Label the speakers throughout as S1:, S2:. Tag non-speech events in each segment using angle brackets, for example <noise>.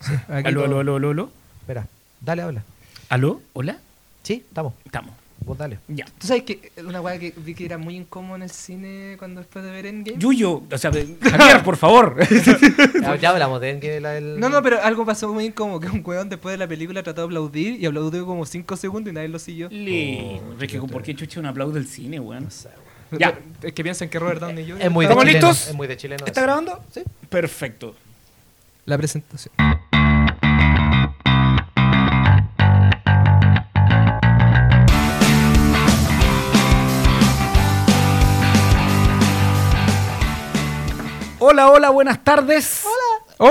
S1: Sí, aquí
S2: Aló,
S1: todo-
S2: aló, aló, aló, aló.
S1: Espera, dale, habla.
S2: ¿Aló? ¿Hola?
S1: Sí, estamos.
S2: Estamos.
S1: Vos dale.
S2: Ya.
S3: ¿Tú sabes que eh, una weá que vi que era muy incómodo en el cine cuando después de ver Endgame?
S2: Yuyo, o sea, Javier, por <laughs> favor.
S1: <laughs> Ya, ya hablamos de que la, el...
S3: No, no, pero algo pasó muy incómodo, que un weón después de la película trató de aplaudir y aplaudió como 5 segundos y nadie lo siguió.
S2: Le... es que, ¿Por qué chucha un aplauso del cine, weón? Ya.
S3: Ya. Es que piensan que Robert Downey Jr.
S1: Es muy de
S3: Estamos
S2: ¿Estamos
S1: chileno,
S2: listos?
S1: Es muy de chileno.
S2: ¿Está
S1: eso.
S2: grabando?
S1: Sí.
S2: Perfecto.
S3: li- La presentación.
S2: Hola, hola, buenas tardes. Hola. Así como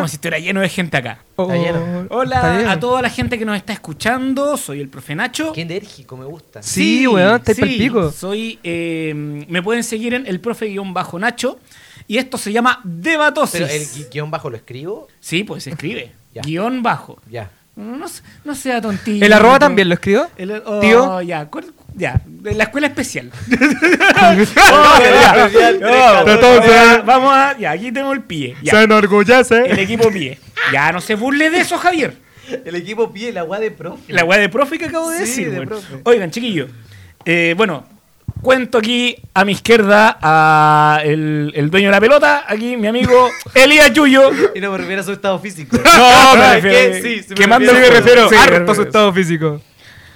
S3: ¡Hola!
S2: si estuviera lleno de gente acá.
S1: Está lleno.
S3: Está lleno.
S2: Hola a toda la gente que nos está escuchando. Soy el profe Nacho.
S1: Qué enérgico, me gusta.
S3: Sí, weón, estáis pa'l pico.
S2: Soy, eh, me pueden seguir en el profe-nacho. Y esto se llama debatosis.
S1: Pero el gui- guión bajo lo escribo,
S2: Sí, pues se escribe.
S1: Ya.
S2: Guión bajo.
S1: ya.
S2: No, no, no sea tontito.
S3: ¿El arroba también lo <laughs> escribió?
S2: El- oh,
S3: Tío.
S2: Ya, cuer- ya, de la escuela
S1: <laughs>
S2: especial.
S1: ya, ya,
S2: No,
S1: ya,
S2: vamos a-
S1: eh,
S2: vamos a. Ya, aquí tenemos el pie. ya. El
S3: enorgullece. <laughs>
S2: equipo pie. Ya, no se burle de eso, Javier.
S1: El equipo pide la guá de profe.
S2: La weá de profe que acabo de
S1: Sí,
S2: decir.
S1: de
S2: weón.
S1: profe.
S2: Oigan, chiquillo. eh, bueno, cuento aquí a mi izquierda a el, el dueño de la pelota, aquí mi
S1: <laughs>
S2: amigo Elías Yuyo.
S1: Y no me refiero a su estado físico.
S2: <laughs> No, me
S1: ¿Sabes
S2: refiero-
S1: qué? Sí, se me
S2: quemando
S1: refiero.
S2: el juego. Sí,
S3: Harto
S2: me-
S3: su estado físico.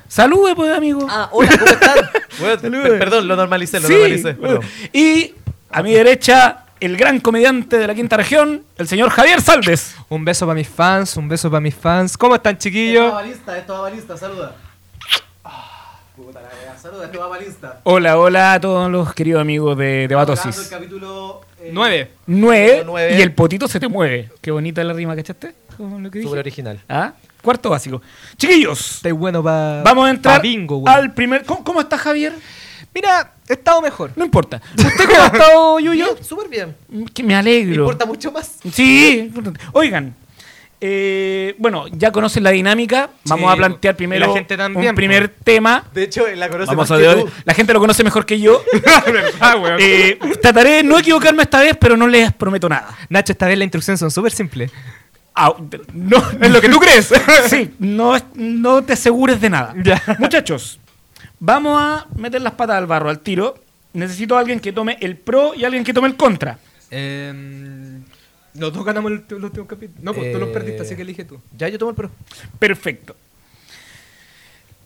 S2: Salude, pues, amigo.
S1: Ah, hola, ¿cómo están? Bueno,
S2: Saludos.
S1: per- perdón, lo normalicé, lo
S2: Sí,
S1: normalicé.
S2: bueno.
S1: perdón.
S2: Y a mi derecha, el gran comediante de la quinta región, el señor Javier Saldes.
S3: Un beso para mis fans, un beso para mis fans. ¿Cómo están,
S1: Esto va
S3: chiquillos?
S1: balista, esto va balista, saluda. Ah, Puta la wea, saluda, esto va balista.
S2: Hola, hola a todos los queridos amigos de
S1: Grabando el
S2: Debatosis.
S1: capítulo eh,
S3: 9.
S2: 9
S1: Nueve.
S2: y el potito se te mueve. Qué bonita la rima, ¿cachaste? Como lo que dije.
S1: Súper original.
S2: ¿Ah? Cuarto básico. Chiquillos,
S3: Estoy bueno para.
S2: vamos a entrar
S3: bingo, weón.
S2: al primer. ¿Cómo, cómo está Javier?
S3: Mira, he estado mejor.
S2: No
S1: <laughs>
S2: importa. ¿Usted cómo ha estado, Yuyo?
S1: Bien, súper bien.
S2: Que me
S1: Me
S2: alegro.
S1: importa mucho más.
S2: Sí, importante. Oigan, eh, bueno, ya conocen la dinámica. Vamos
S3: Sí,
S2: a plantear primero
S3: la gente también,
S2: un primer tema.
S1: De hecho, la conoce
S2: Vamos
S1: más
S2: a
S1: que
S2: ver-
S1: tú.
S2: la gente lo conoce mejor que yo.
S3: ¿Verdad, weón?
S2: Eh, trataré de no equivocarme esta vez, pero no les prometo nada.
S3: Nacho, esta vez las instrucciones son súper simples.
S2: Au- no, es lo que tú crees. <laughs> Sí, no, es- no te asegures de nada.
S3: Ya.
S2: Muchachos, vamos a meter las patas al barro, al tiro. Necesito a alguien que tome el pro y alguien que tome el contra.
S3: Em, los dos ganamos el, último- el último capítulo. No, pues tú los
S1: Eh.
S3: perdiste, así que elige tú.
S1: Ya, yo tomo el pro.
S2: Perfecto.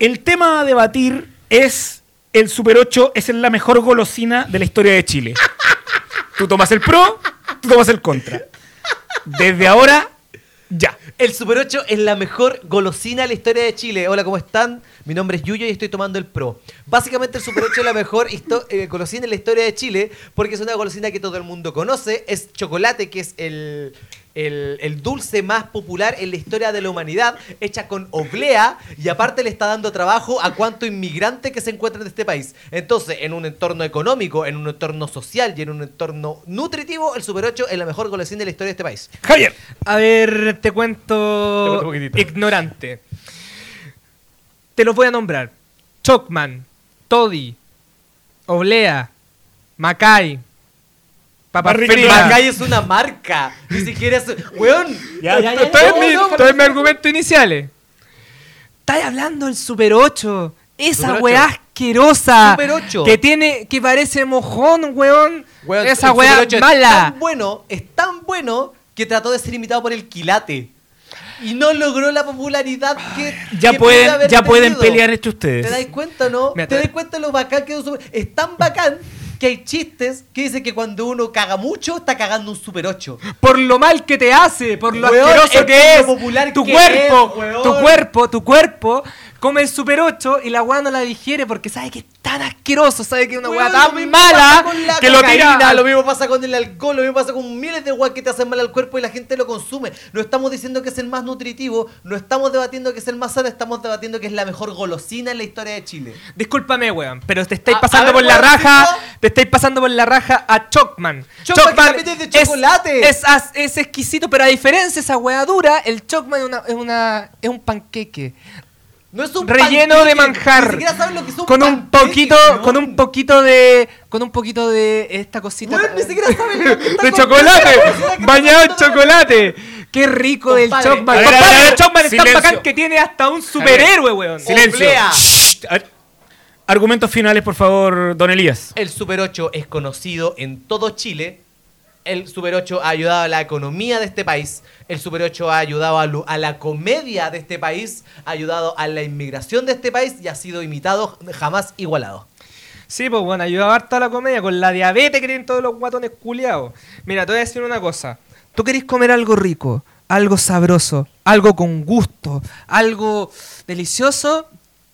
S2: El tema a debatir es el Super 8 es la mejor golosina de la historia de Chile. Tú tomas el pro, tú tomas el contra. Desde ahora, ya.
S1: El Super 8 es la mejor golosina de la historia de Chile. Hola, ¿cómo están? Mi nombre es Yuyo y estoy tomando el Pro. Básicamente el Super 8 es la mejor histo- eh, golosina en la historia de Chile porque es una golosina que todo el mundo conoce. Es chocolate, que es el, el- el dulce más popular en la historia de la humanidad, hecha con oblea y aparte le está dando trabajo a cuánto inmigrante que se encuentra en este país. Entonces, en un entorno económico, en un entorno social y en un entorno nutritivo, el Super 8 es la mejor golosina de la historia de este país.
S2: Javier.
S3: A ver, te
S1: Te cuento
S3: cuento.
S1: un poquitito.
S3: ignorante. Te los voy a nombrar: Chocman, Toddy, Oblea, Macay, Papá
S2: Barriga
S3: Frita.
S2: Blanca.
S1: Macay es una marca. Ni siquiera es. ¡Weón!
S2: Ya, ya, ya,
S3: Estoy en
S1: No,
S3: mi,
S1: no,
S3: estoy en mi argumento eh. iniciales. Estás hablando del Super 8. Esa
S1: Super 8.
S3: weá asquerosa.
S1: Super 8.
S3: Que tiene, que parece mojón, weón.
S1: weón,
S3: Esa
S1: el Super
S3: weá
S1: 8 es
S3: mala.
S1: tan bueno, es tan bueno que trató de ser imitado por el quilate. Y no logró la popularidad que.
S2: Ya
S1: que
S2: pueden-
S1: pudo haber
S2: ya pueden
S1: tenido.
S2: pelear entre ustedes.
S1: ¿Te dais cuenta, no?
S3: Mira,
S1: ¿Te
S3: te-
S1: dais cuenta lo bacán que es un super.? Es tan bacán que hay chistes que dicen que cuando uno caga mucho, está cagando un super 8.
S3: Por lo mal que te hace, por lo
S1: Weón,
S3: asqueroso
S1: es
S3: que
S1: por lo
S3: es.
S1: popular
S3: tu
S1: que
S3: cuerpo,
S1: es, weón.
S3: tu cuerpo, tu cuerpo come el Super 8 y la weá no la digiere porque sabe que es tan asqueroso, sabe que es una weá
S1: Weón, lo
S3: tan
S1: mismo
S3: mala
S1: pasa con la
S3: que lo tira.
S1: cocaína,
S3: al-
S1: Lo mismo pasa con el alcohol, lo mismo pasa con miles de weas que te hacen mal al cuerpo y la gente lo consume. No estamos diciendo que es el más nutritivo, no estamos debatiendo que es el más sano, estamos debatiendo que es la mejor golosina en la historia de Chile.
S3: Discúlpame, weón, pero te estáis
S1: A-
S3: pasando
S1: a ver,
S3: por la
S1: weón,
S3: raja.
S1: ¿sí,
S3: Te estáis pasando por la raja a Chocman.
S1: Chocman, que también es de chocolate.
S3: Es, as- es exquisito, pero a diferencia de esa weá dura, el Chocman es, una, es, una, es un panqueque.
S1: No es un
S3: relleno
S1: panqueque,
S3: de manjar.
S1: Ni siquiera saben lo que es un
S3: con un
S1: panqueque,
S3: poquito,
S1: weón.
S3: con un poquito de. Con un poquito de esta cosita. <laughs>
S1: Weón, ni siquiera saben lo que está
S3: de
S1: comiendo,
S3: chocolate,
S1: ni siquiera que
S3: bañado en
S1: está comiendo.
S3: chocolate, Qué rico del
S1: Compadre.
S3: Chocman.
S2: A ver, a ver,
S3: Compadre,
S2: a ver.
S3: el Chocman es tan
S2: Silencio.
S3: bacán que tiene hasta un superhéroe, weón.
S1: Sí. Oblea.
S2: Shh. A ver, Argumentos finales, por favor, don Elías.
S1: El Super 8 es conocido en todo Chile. El Super 8 ha ayudado a la economía de este país. El Super 8 ha ayudado a, lu- a la comedia de este país. Ha ayudado a la inmigración de este país y ha sido imitado, jamás igualado.
S3: Sí, pues bueno, ayuda harto a la comedia con la diabetes que tienen todos los guatones culiados. Mira, te voy a decir una cosa. Tú querés comer algo rico, algo sabroso, algo con gusto, algo delicioso,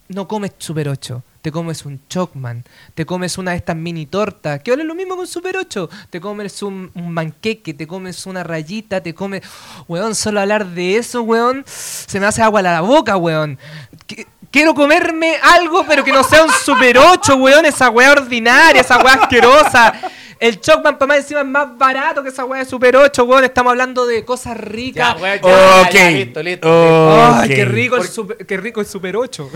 S3: no comes Super 8. Te comes un Chocman, te comes una de estas mini tortas, que vale lo mismo con Super 8. Te comes un, un manqueque, te comes una rayita, te comes... Weón, solo hablar de eso, weón, se me hace agua la boca, weón. Que- Quiero comerme algo, pero que no sea un Super 8, weón. Esa weá ordinaria, esa weá asquerosa. El Chocman, para más encima, es más barato que esa weá de Super 8, weón. Estamos hablando de cosas ricas.
S1: Ya, weón, Oh, ya,
S2: Ok.
S1: ya, listo, listo.
S3: Ay,
S2: Ok.
S3: qué rico, el super, qué rico el Super 8.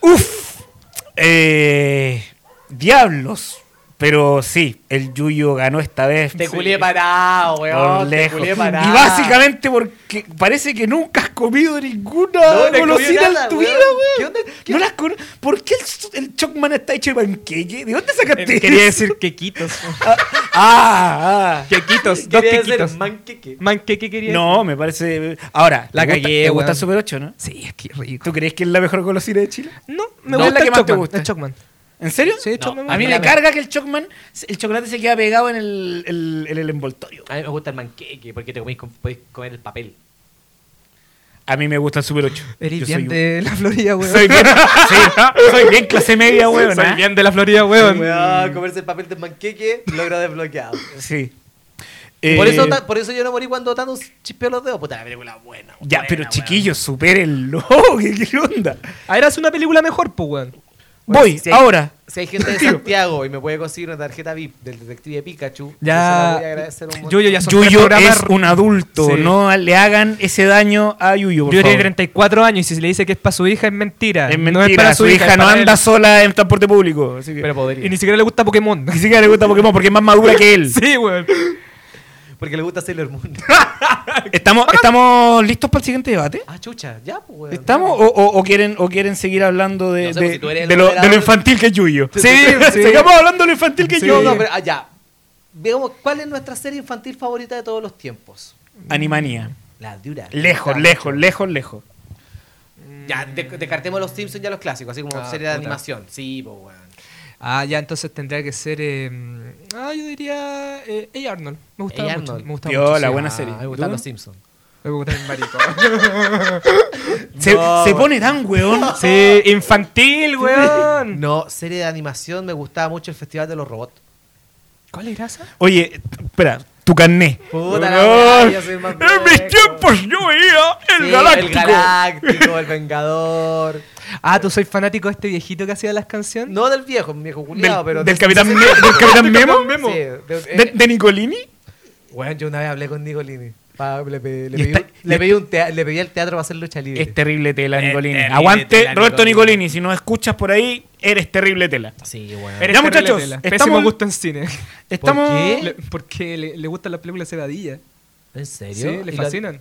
S2: Uf. Eh, diablos. Pero sí, el Yuyo ganó esta vez.
S1: Te
S2: Sí.
S1: culié parado,
S2: Por
S1: weón. Te
S2: lejos.
S1: culié
S2: Y
S1: parado.
S2: básicamente porque parece que nunca has comido ninguna
S1: No, no he
S2: golosina
S1: comido nada,
S2: en tu
S1: weón.
S2: vida, weón.
S1: ¿Qué onda? ¿Qué-
S2: No las cono- ¿Por qué el, el Chocman está hecho de panqueque? ¿De dónde sacaste
S3: Quería
S2: eso?
S3: decir quequitos.
S1: <laughs>
S2: Ah, ah.
S3: <laughs> Quequitos, dos
S1: Quería decir
S3: quequitos.
S1: manqueque.
S3: Manqueque quería
S2: No, me parece. Ahora,
S3: La
S2: ¿te gusta-
S3: cagué,
S2: ¿Te gusta
S3: weón.
S2: el Super 8, no?
S3: Sí, es que rico.
S2: ¿Tú crees que es la mejor golosina de Chile?
S3: No, me
S2: No,
S3: gusta
S2: la que
S3: el
S2: más te
S3: Chocman,
S2: gusta.
S3: El Chocman.
S2: ¿En serio?
S3: Sí, el
S1: No,
S3: Chocman me
S2: A mí
S3: gusta.
S2: me carga que el Chocman, el chocolate se queda pegado en el, el- en el envoltorio.
S1: A mí me gusta el manqueque porque te comís, con- podés comer el papel.
S2: A mí me gusta el Super 8.
S3: Eres
S2: Yo
S3: bien
S2: soy, un-
S3: de la Florida, weón. <laughs>
S2: soy bien, sí, soy bien clase media, weón. ¿ah?
S3: Soy bien de la Florida, weón.
S1: Weón, comerse el papel del manqueque, logro desbloqueado.
S2: Sí.
S1: Por,
S2: Eh,
S1: eso, ta- por eso yo no morí cuando Thanos chispeó los dedos. Puta, la película es buena.
S2: Ya,
S1: buena,
S2: pero
S1: weón.
S2: chiquillos, supérenlo. <laughs> ¿Qué, qué onda?
S3: Ahora hace una película mejor, pues, weón.
S1: Bueno,
S2: Voy,
S1: si hay-
S2: ahora.
S1: Si hay gente de Santiago y me puede conseguir una tarjeta VIP del detective Pikachu, yo se la voy a agradecer un montón.
S3: Yuyo ya son tres
S2: Yuyo
S3: programas.
S2: es un adulto.
S3: Sí.
S2: No le hagan ese daño a Yuyo, por
S3: Yuyo tiene
S2: favor.
S3: 34 años y si le dice que es para su hija es mentira.
S2: Es
S3: No
S2: mentira,
S3: es para
S2: su, hija,
S3: es
S2: no
S3: para
S2: anda
S3: él.
S2: sola en transporte público. Así que,
S1: Pero
S3: Y
S1: podría.
S3: ni siquiera le gusta Pokémon.
S2: ni siquiera le gusta Pokémon porque es más madura que él.
S3: sí, weón.
S1: Porque le gusta Sailor Moon.
S2: ¿Estamos, ¿Estamos listos para el siguiente debate?
S1: ah, chucha, ya, pues, weón.
S2: ¿Estamos o, o- o quieren, o quieren seguir hablando de,
S1: No sé,
S2: de-
S1: pues, si tú eres el
S2: de lo, de lo
S1: moderador.
S2: infantil que es Yuyo?
S3: Sí, sí.
S2: <laughs> Sigamos hablando de lo infantil que es
S3: Sí.
S1: No,
S2: Yuyo.
S1: no, pero allá. Veamos cuál es nuestra serie infantil favorita de todos los tiempos.
S2: Animanía.
S1: La dura.
S2: Lejos, lejos, lejos, lejos.
S3: Mm.
S1: Ya, de- descartemos los Simpsons ya los clásicos, así como
S3: Ah,
S1: serie de
S3: puta.
S1: animación. Sí, pues, weón.
S3: Ah, ya, entonces tendría que ser. eh, ah, yo diría. Eh, Hey Arnold. Me gustaba
S1: Hey
S3: mucho.
S1: Arnold.
S3: Me gustaba
S2: Piola,
S3: mucho, sí.
S2: buena
S3: Ah,
S2: serie.
S1: Ah, me gustan
S2: ¿Tú?
S1: los Simpsons.
S3: Me gustaba el marico.
S2: Se,
S1: No,
S2: se
S1: weón.
S2: pone tan
S1: <laughs>
S2: weón.
S3: sí, infantil, weón.
S1: No, serie de animación me gustaba mucho el Festival de los Robots.
S3: ¿Cuál era esa?
S2: Oye, t- espera, tu carné.
S1: Puta la
S2: Weón,
S1: weá, yo soy el más
S2: En mis
S1: viejo.
S2: tiempos yo veía el
S1: Sí,
S2: galáctico.
S1: El Galáctico, el Vengador.
S3: Ah, ¿tú soy fanático de este viejito que hacía las canciones?
S1: No del viejo, un viejo culiado,
S2: del,
S1: pero.
S2: del capitán, Me- del capitán Memo.
S1: Memo. Sí, de-
S2: De, de Nicolini.
S1: Bueno, yo una vez hablé con Nicolini. Pa- le, pedí, le,
S2: Y
S1: pedí,
S2: está- Este-
S1: un- le pedí un tea- le pedí al teatro para hacer lucha libre.
S2: Es terrible tela,
S3: Es
S2: Nicolini.
S3: terrible
S2: Aguante,
S3: tela,
S2: Roberto
S3: Nicolini.
S2: Nicolini. Si nos escuchas por ahí, eres terrible tela.
S1: Sí, bueno.
S2: Eres- Ya,
S3: terrible
S2: muchachos,
S3: tela.
S2: estamos-
S3: Pésimo gusto en cine.
S2: Estamos.
S1: qué?
S3: Le- porque le, le gustan las películas de Cebadilla.
S1: ¿En serio?
S3: Sí, le
S1: Y la-
S3: fascinan.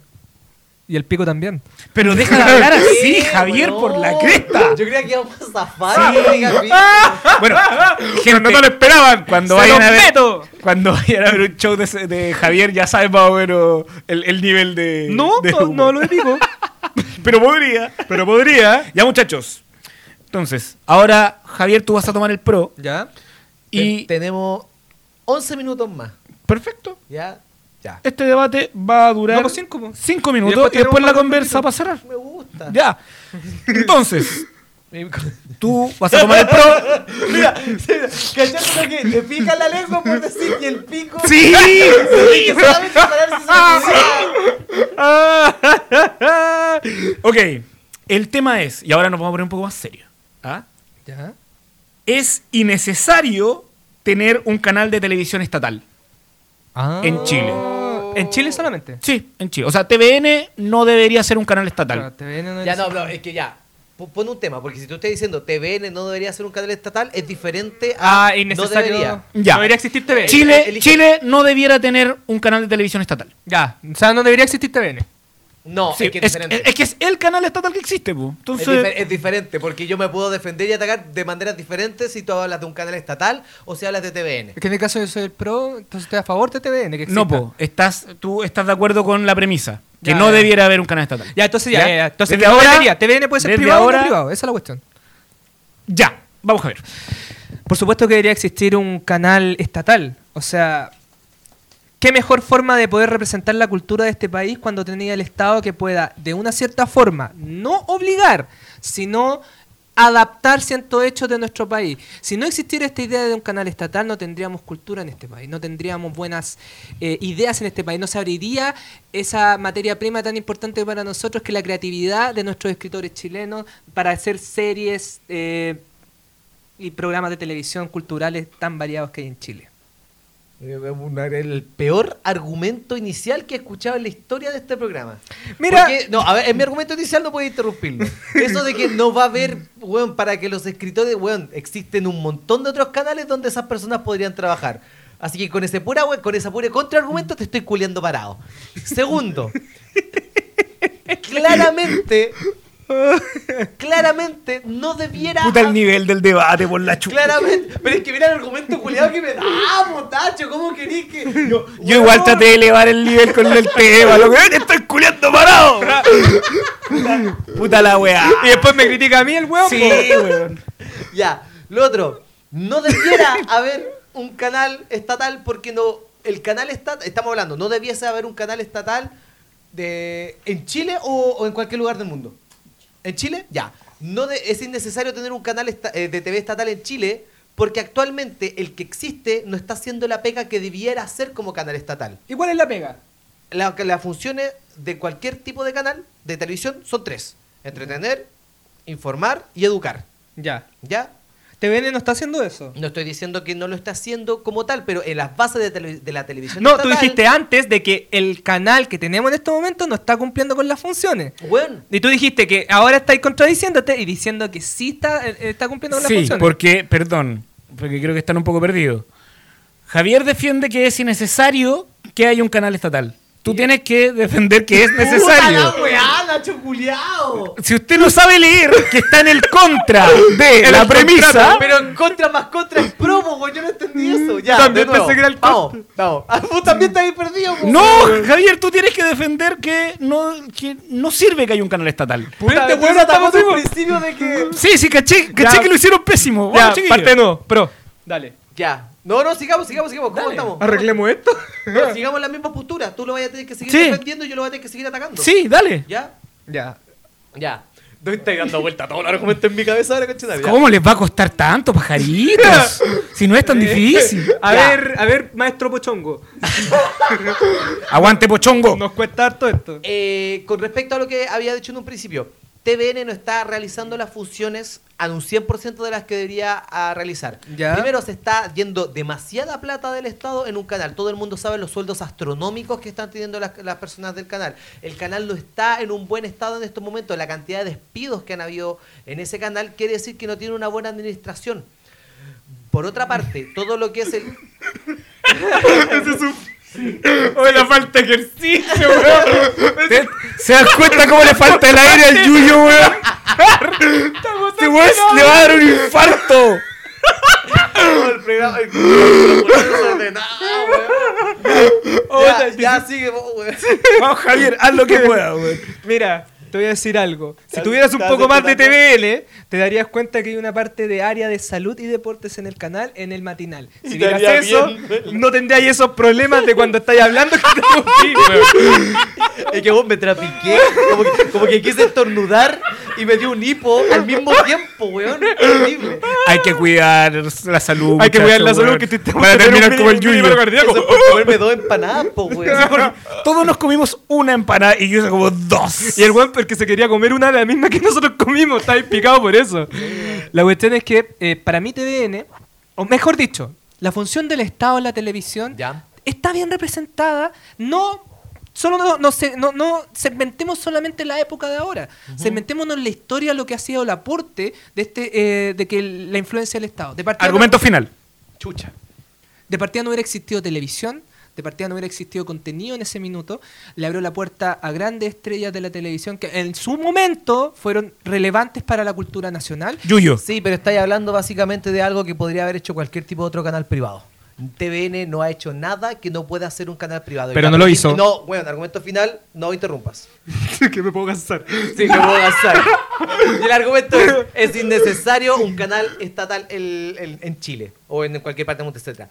S3: Y el pico también.
S2: Pero deja <laughs> de hablar así,
S1: Sí,
S2: Javier,
S1: weón.
S2: por la cresta.
S1: Yo creía que íbamos a zafar. este capítulo.
S3: ¡Ah!
S2: <laughs> Bueno, gente, no lo esperaban. Cuando
S3: ¡Se
S2: vayan
S3: los
S2: a ver.
S3: meto!
S2: Cuando vayan a ver un show de, ese- de Javier, ya sabes más o menos el, el nivel de.
S3: No,
S2: de
S3: no,
S2: humor.
S3: no lo
S1: <laughs>
S3: digo.
S2: Pero podría.
S3: Pero podría.
S2: Ya, muchachos. Entonces, ahora, Javier, tú vas a tomar el pro.
S3: <laughs> Ya.
S2: Y.
S1: Ten- tenemos 11 minutos más.
S2: Perfecto.
S1: Ya. Ya.
S2: Este debate va a durar.
S3: No, pues cinco, pues.
S2: cinco minutos. Y
S3: después
S2: después,
S3: tenemos
S2: la
S3: para
S2: conversa para cerrar.
S1: Me
S3: Ah.
S1: gusta.
S2: Ya. Entonces,
S1: Mi-
S2: tú vas a tomar
S3: <laughs>
S2: el pro.
S1: <laughs> Mira, <laughs> ¿cachaste lo que? Le pica la lengua por decir que el pico.
S2: ¡Sí!
S1: <laughs> Y que
S2: <laughs>
S1: solamente pararse y <laughs> se-
S2: Ah.
S3: Ah.
S2: ok. El tema es, y ahora nos vamos a poner un poco más serio. ¿ah?
S3: Ya.
S2: Es innecesario tener un canal de televisión estatal. En Chile.
S3: Ah. ¿En Chile solamente?
S2: Sí, en Chile. O sea, TVN no debería ser un canal estatal.
S3: Claro, TVN no
S1: Ya
S3: es-
S1: no, no, es que ya. po- pon un tema, porque si tú estás diciendo TVN no debería ser un canal estatal, es diferente a
S3: Ah, innecesario.
S1: no debería.
S2: Ya.
S3: No debería existir TVN.
S2: Chile,
S1: elige-
S2: Chile no debiera tener un canal de televisión estatal.
S3: Ya, o sea, no debería existir TVN.
S1: No,
S2: Sí,
S1: es que es
S2: es,
S1: diferente.
S2: es que es el canal estatal que existe, po.
S1: Es,
S2: Entonces,
S1: difer- es diferente, porque yo me puedo defender y atacar de maneras diferentes si tú hablas de un canal estatal o si hablas de TVN.
S3: Es que en el caso yo soy el pro, entonces estoy a favor de TVN. Que exista.
S2: no, po. Estás, tú estás de acuerdo con la premisa. Que
S3: Ya,
S2: no
S3: ya.
S2: debiera haber un canal estatal.
S3: Ya, entonces ya,
S2: ¿Ya?
S3: ya, ya. Entonces
S2: Desde
S3: no
S2: ahora-
S3: debería. TVN puede ser
S2: desde
S3: privado o
S2: ahora-
S3: no privado. Esa es la cuestión.
S2: Ya, vamos a ver.
S3: Por supuesto que debería existir un canal estatal. O sea, ¿qué mejor forma de poder representar la cultura de este país cuando tenía el Estado que pueda, de una cierta forma, no obligar, sino adaptar ciertos hechos de nuestro país? Si no existiera esta idea de un canal estatal, no tendríamos cultura en este país, no tendríamos buenas eh, ideas en este país, no se abriría esa materia prima tan importante para nosotros que es la creatividad de nuestros escritores chilenos para hacer series. eh, y programas de televisión culturales tan variados que hay en Chile.
S1: Eh, una- El peor argumento inicial que he escuchado en la historia de este programa.
S3: Mira-
S1: Porque- no, a ver, en mi argumento inicial no puedo
S2: <laughs>
S1: interrumpirlo. Eso de que no va a haber, weón, para que los escritores, weón, existen un montón de otros canales donde esas personas podrían trabajar. Así que con ese pura, weón, con esa pura contraargumento te estoy culiando parado.
S2: <laughs>
S1: Segundo, claramente, claramente no debiera.
S2: Puta el
S1: haber-
S2: nivel del debate por la chucha.
S1: Claramente, pero es que mira el argumento culiado que me da, motacho, ¿cómo querís que.? Yo,
S2: <laughs> Yo igual traté de elevar el nivel con el tema, lo que estoy culeando parado. Puta- Puta la weá.
S3: Y después me critica a mí el huevo. pues.
S2: Sí, weón.
S1: Ya, lo otro, no debiera <laughs> haber un canal estatal porque no. El canal estatal, estamos hablando, no debiese haber un canal estatal de, en Chile o, o en cualquier lugar del mundo. ¿En Chile? Ya. No de- es innecesario tener un canal esta- eh, de TV estatal en Chile porque actualmente el que existe no está haciendo la pega que debiera hacer como canal estatal.
S3: ¿Y cuál es la pega?
S1: La- que las funciones de cualquier tipo de canal de televisión son tres: entretener, informar y educar.
S3: Ya.
S1: ¿Ya?
S3: TVN no está haciendo eso.
S1: No estoy diciendo que no lo está haciendo como tal, pero en las bases de, tele- de la televisión.
S3: No, tú
S1: estatal-
S3: dijiste antes de que el canal que tenemos en estos momentos no está cumpliendo con las funciones.
S1: Weón,
S3: Y tú dijiste que ahora estáis contradiciéndote y diciendo que sí está, eh, está cumpliendo con las
S2: Sí,
S3: funciones.
S2: porque, perdón, porque creo que están un poco perdidos. Javier defiende que es innecesario que haya un canal estatal. Tú tienes que defender que es necesario.
S1: ¡Puta la weá, Nacho culiao!
S2: Si usted no sabe leer, que está en el contra de la premisa.
S1: Pero en contra más contra es promo, weón. Yo no entendí eso. Ya,
S3: Mm, También
S1: de nuevo.
S3: pensé que era el
S1: Vamos, vamos. Ah, vos también estás ahí perdido, weón.
S2: No, Javier, tú tienes que defender que no, que no sirve que haya un canal estatal.
S1: Pero
S3: Puta,
S1: este weón
S3: entonces
S1: atacó
S3: estamos
S1: desde el
S3: vivos.
S1: principio de que.
S2: Sí, sí, caché, caché
S3: Ya.
S2: que lo hicieron pésimo.
S3: Ya,
S2: Vamos, chiquillos.
S3: parte no, pro. Dale.
S1: Ya. No, no, sigamos, sigamos, sigamos. ¿Cómo estamos?
S3: Arreglemos esto.
S1: No, sigamos la misma postura. Tú lo vas a tener que seguir
S2: Sí.
S1: defendiendo y yo lo voy a tener que seguir atacando.
S2: Sí, dale.
S1: ¿Ya?
S3: <laughs> ya.
S1: Ya. No estoy dando vuelta a todo el argumento en mi cabeza ahora, cachetaria.
S2: ¿Cómo les va a costar tanto, pajaritos? si no es tan difícil.
S3: A
S1: Ya.
S3: ver, a ver, maestro Pochongo.
S2: Aguante, pochongo.
S3: Nos cuesta harto esto.
S1: Eh, con respecto a lo que había dicho en un principio, TVN no está realizando las funciones a un 100% de las que debería ah, realizar.
S3: Ya.
S1: Primero, se está yendo demasiada plata del Estado en un canal. Todo el mundo sabe los sueldos astronómicos que están teniendo las, las personas del canal. El canal no está en un buen estado en estos momentos. La cantidad de despidos que han habido en ese canal quiere decir que no tiene una buena administración. Por otra parte, todo lo que es el...
S2: Hoy le falta ejercicio, weón. ¿Te- ¿Se dan cuenta cómo le falta el aire al Yuyo, weón? Este weón le va a dar un infarto.
S1: el programa- el- el- desordenado, weón. Ya, ya sigue vos, weón.
S2: Vamos, Javier, haz lo que puedas, weón.
S3: Mira, te voy a decir algo. Si
S1: Estás-
S3: tuvieras un
S1: estás
S3: poco más de
S1: disfrutando.
S3: TVL, te darías cuenta que hay una parte de área de salud y deportes en el canal, en el matinal. Si
S1: Y
S3: vieras
S1: daría
S3: eso,
S1: bien.
S3: no tendrías esos problemas de cuando estáis
S1: <laughs>
S3: hablando que te confí, weón.
S1: Es que vos me trapiqué, como que, como que quise estornudar y me dio un hipo al mismo tiempo, weón. Horrible.
S2: Hay que cuidar la salud.
S3: Hay que cuidar la
S2: muchacho,
S3: salud,
S2: weón.
S3: que te estamos
S2: Van a
S3: teniendo
S2: terminar
S3: un
S2: como el
S3: mini- un mini
S2: Yuyo.
S3: cardíaco.
S1: Eso es por comerme dos empanadas, po,
S2: Sí,
S1: weón.
S2: porque Todos nos comimos una empanada y yo hice como dos.
S3: Y el weón porque se quería comer una de la misma que nosotros comimos, está ahí picado por eso. La cuestión es que eh, para mí TVN, o mejor dicho, la función del Estado en la televisión
S1: Ya.
S3: está bien representada, no Solo no, no, se- no, no segmentemos solamente la época de ahora. Segmentémonos en la historia, lo que ha sido el aporte de este eh, de que el- la influencia del Estado. De partida,
S2: Argumento final.
S1: Chucha.
S3: de partida no hubiera existido televisión, de partida no hubiera existido contenido en ese minuto. Le abrió la puerta a grandes estrellas de la televisión que en su momento fueron relevantes para la cultura nacional.
S2: Yuyo.
S1: Sí, pero estáis hablando básicamente de algo que podría haber hecho cualquier tipo de otro canal privado. TVN no ha hecho nada que no pueda hacer un canal privado. Y
S3: Pero
S1: la
S3: no lo
S1: presi-
S3: hizo.
S1: No, bueno, argumento final, no interrumpas.
S3: que me puedo cansar.
S1: Sí, que puedo gastar. Y el argumento es, es innecesario un canal estatal el- el- en Chile o en cualquier parte del mundo, etcétera.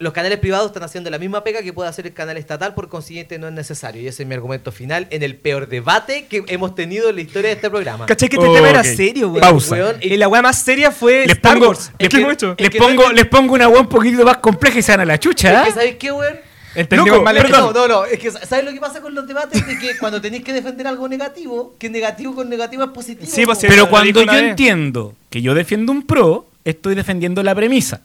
S1: Los canales privados están haciendo la misma pega que puede hacer el canal estatal, por consiguiente no es necesario. Y ese es mi argumento final en el peor debate que hemos tenido en la historia de este programa.
S3: ¿Cachai que este
S2: Oh,
S3: tema era
S2: ok.
S3: serio, weón?
S2: Pausa.
S1: Weón,
S3: Y la weá más seria fue
S2: Les
S3: Star
S2: pongo,
S3: Wars.
S2: les,
S3: ¿Qué
S2: pongo-
S3: hemos hecho?
S2: les
S1: Es que
S2: pongo,
S1: no hay-
S2: les pongo una weá un poquito más compleja y se van a la chucha.
S1: Es que,
S2: ¿ah?
S1: ¿Sabéis qué, weón?
S3: Entendimos
S2: Loco,
S3: mal la
S1: Es que
S2: perdón.
S1: No, no, no. Es que, ¿sabes lo que pasa con los debates? De que cuando tenéis que defender algo negativo, que negativo con negativo es positivo.
S3: Sí, pues,
S1: po.
S3: sí.
S2: Pero
S3: lo dijo
S2: cuando yo
S3: una vez.
S2: entiendo que yo defiendo un pro, estoy defendiendo la premisa.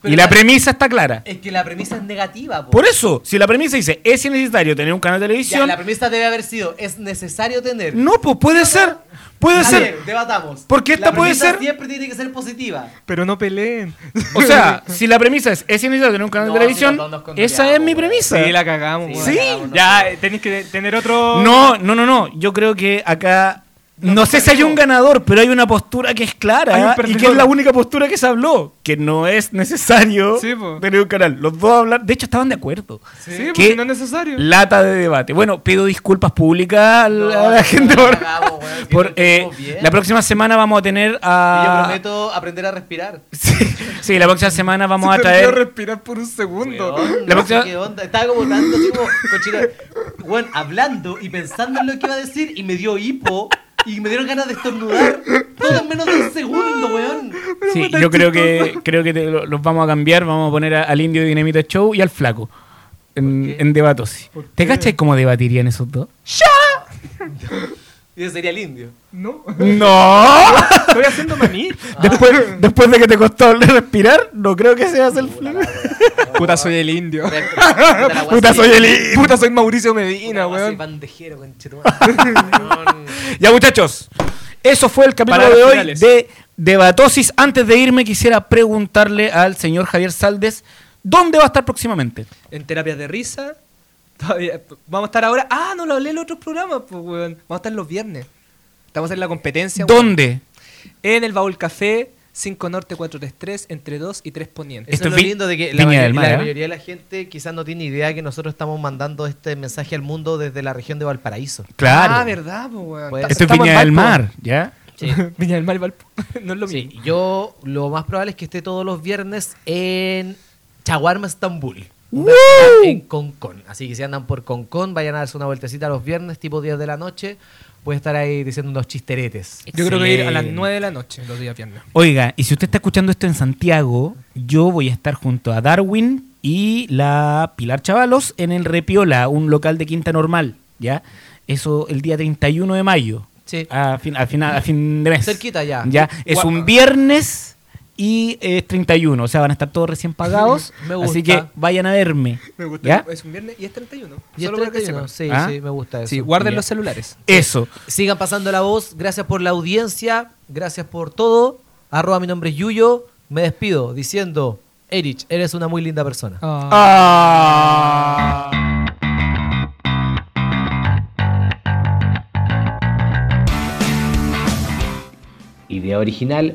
S1: Pero
S2: y la
S1: claro.
S2: premisa está clara.
S1: Es que la premisa es negativa. po.
S2: Por eso, si la premisa dice es necesario tener un canal de
S1: Ya,
S2: televisión,
S1: la premisa debe haber sido, es necesario tener.
S2: no, pues puede ser. Puede
S1: A
S2: ser.
S1: ver, debatamos.
S2: Porque esta
S1: La
S2: puede
S1: premisa
S2: ser-
S1: Siempre tiene que ser positiva.
S3: Pero no peleen.
S2: O
S1: <laughs>
S2: sea, si la premisa es es necesario tener un canal
S1: No,
S2: de
S1: si
S2: televisión,
S1: nos- nos escondíamos,
S2: esa es mi
S1: weón.
S2: premisa.
S3: <laughs> Sí, la cagamos.
S1: Sí,
S3: weón.
S2: la
S1: cagamos,
S3: ya,
S1: no.
S3: eh, tenéis que tener otro.
S2: No, no, no, no. Yo creo que acá. No sé si hay un ganador, pero hay una postura que es
S3: Hay un
S2: clara ¿ah? y que
S3: perdedor.
S2: es la única postura que se habló, que no es necesario
S3: Sí, po.
S2: tener un canal. Los dos hablan, de hecho estaban de acuerdo.
S3: Sí, porque
S2: ¿Qué?
S3: no es necesario.
S2: Lata de debate. Bueno, pido disculpas públicas a <laughs> la,
S1: No,
S2: a la
S1: no,
S2: gente
S1: no,
S2: por,
S1: la cagamos, weón, que
S2: por,
S1: no estuvimos
S2: eh,
S1: bien.
S2: la próxima semana vamos a tener
S1: Y yo
S2: a
S1: prometo aprender a respirar.
S2: <laughs> sí, sí, la próxima semana vamos a
S3: Se perdió
S2: traer
S3: respirar por un segundo.
S1: Weón,
S2: La
S1: no sé
S2: próxima-
S1: qué onda. Estaba como tanto así como cochino. Weón, hablando y pensando en lo que iba a decir y me dio hipo y me dieron ganas de estornudar. Todo en menos de un segundo, weón.
S2: Sí, yo creo que creo que te- lo- los vamos a cambiar, vamos a poner a- al indio de Dinamita Show y al flaco en, en debatosis. ¿Te cachas cómo debatirían esos dos?
S1: Y ese sería el indio.
S3: <laughs> No,
S2: No.
S3: estoy haciendo maní.
S2: después, después de que te costó respirar, no creo que seas el flaco.
S3: Puta, soy el indio.
S2: <laughs> Puta, soy el indio.
S3: Puta, soy Mauricio
S1: Una
S3: Medina,
S1: weón. Soy
S3: weón.
S1: bandejero, conchetumare, weón.
S2: Ya muchachos, eso fue el capítulo
S3: Para
S2: de
S3: los
S2: hoy
S3: finales.
S2: de debatosis. Antes de irme quisiera preguntarle al señor Javier Saldes dónde va a estar próximamente.
S3: En terapias de risa. Todavía. Vamos a estar ahora. Ah, no lo hablé en los otros programas, pues, weón. Vamos a estar los viernes. Estamos en la competencia. weón.
S2: ¿Dónde?
S3: En el Baúl Café, 5 Norte 433, entre 2 y 3 Poniente.
S1: Eso
S2: Esto
S1: es lo
S2: es Vi-
S1: lindo de que la,
S2: Viña
S1: mayoría-
S2: del Mar,
S1: la
S2: ¿eh?
S1: mayoría de la gente quizás no tiene idea que nosotros estamos mandando este mensaje al mundo desde la región de Valparaíso.
S2: Claro.
S3: Ah, verdad, pues, weón.
S1: Pues-
S2: Esto es
S3: Estamos en
S2: Viña del
S3: Valpo.
S2: Mar, ¿ya? <laughs>
S3: Viña del Mar y Valpo. <laughs> no es lo
S1: Sí,
S3: mismo.
S1: yo lo más probable es que esté todos los viernes en Chaguarma, Estambul. Un
S2: ¡Woo!
S1: restaurante En Concón. Así que si andan por Concón, vayan a darse una vueltecita los viernes, tipo 10 de la noche. Voy a estar ahí diciendo unos chisteretes.
S3: Yo creo que ir a las
S2: Excelente.
S3: 9 de la noche, los días viernes.
S2: Oiga, y si usted está escuchando esto en Santiago, yo voy a estar junto a Darwin y la Pilar Chavalos en el Repiola, un local de Quinta Normal, ¿ya? Eso el día 31 de mayo,
S1: Sí.
S2: a fin, a fina- a fin de mes.
S1: Cerquita ya.
S2: Ya, es
S3: Guapa.
S2: un viernes y es 31, o sea, van a estar todos recién pagados,
S1: Me gusta.
S2: así que vayan a verme.
S3: Me
S2: ¿ya?
S3: gusta. Es un viernes y es 31.
S1: Y el
S3: Solo para que
S1: 31,
S3: sepan.
S1: sí,
S2: ¿Ah?
S1: sí, me gusta eso.
S3: Sí, guarden
S2: ya.
S3: los celulares.
S2: Eso.
S1: Sigan pasando la voz. Gracias por la audiencia. Gracias por todo. Arroba mi nombre es Yuyo. Me despido diciendo, Erich, eres una muy linda persona.
S2: Ah.
S4: Idea original,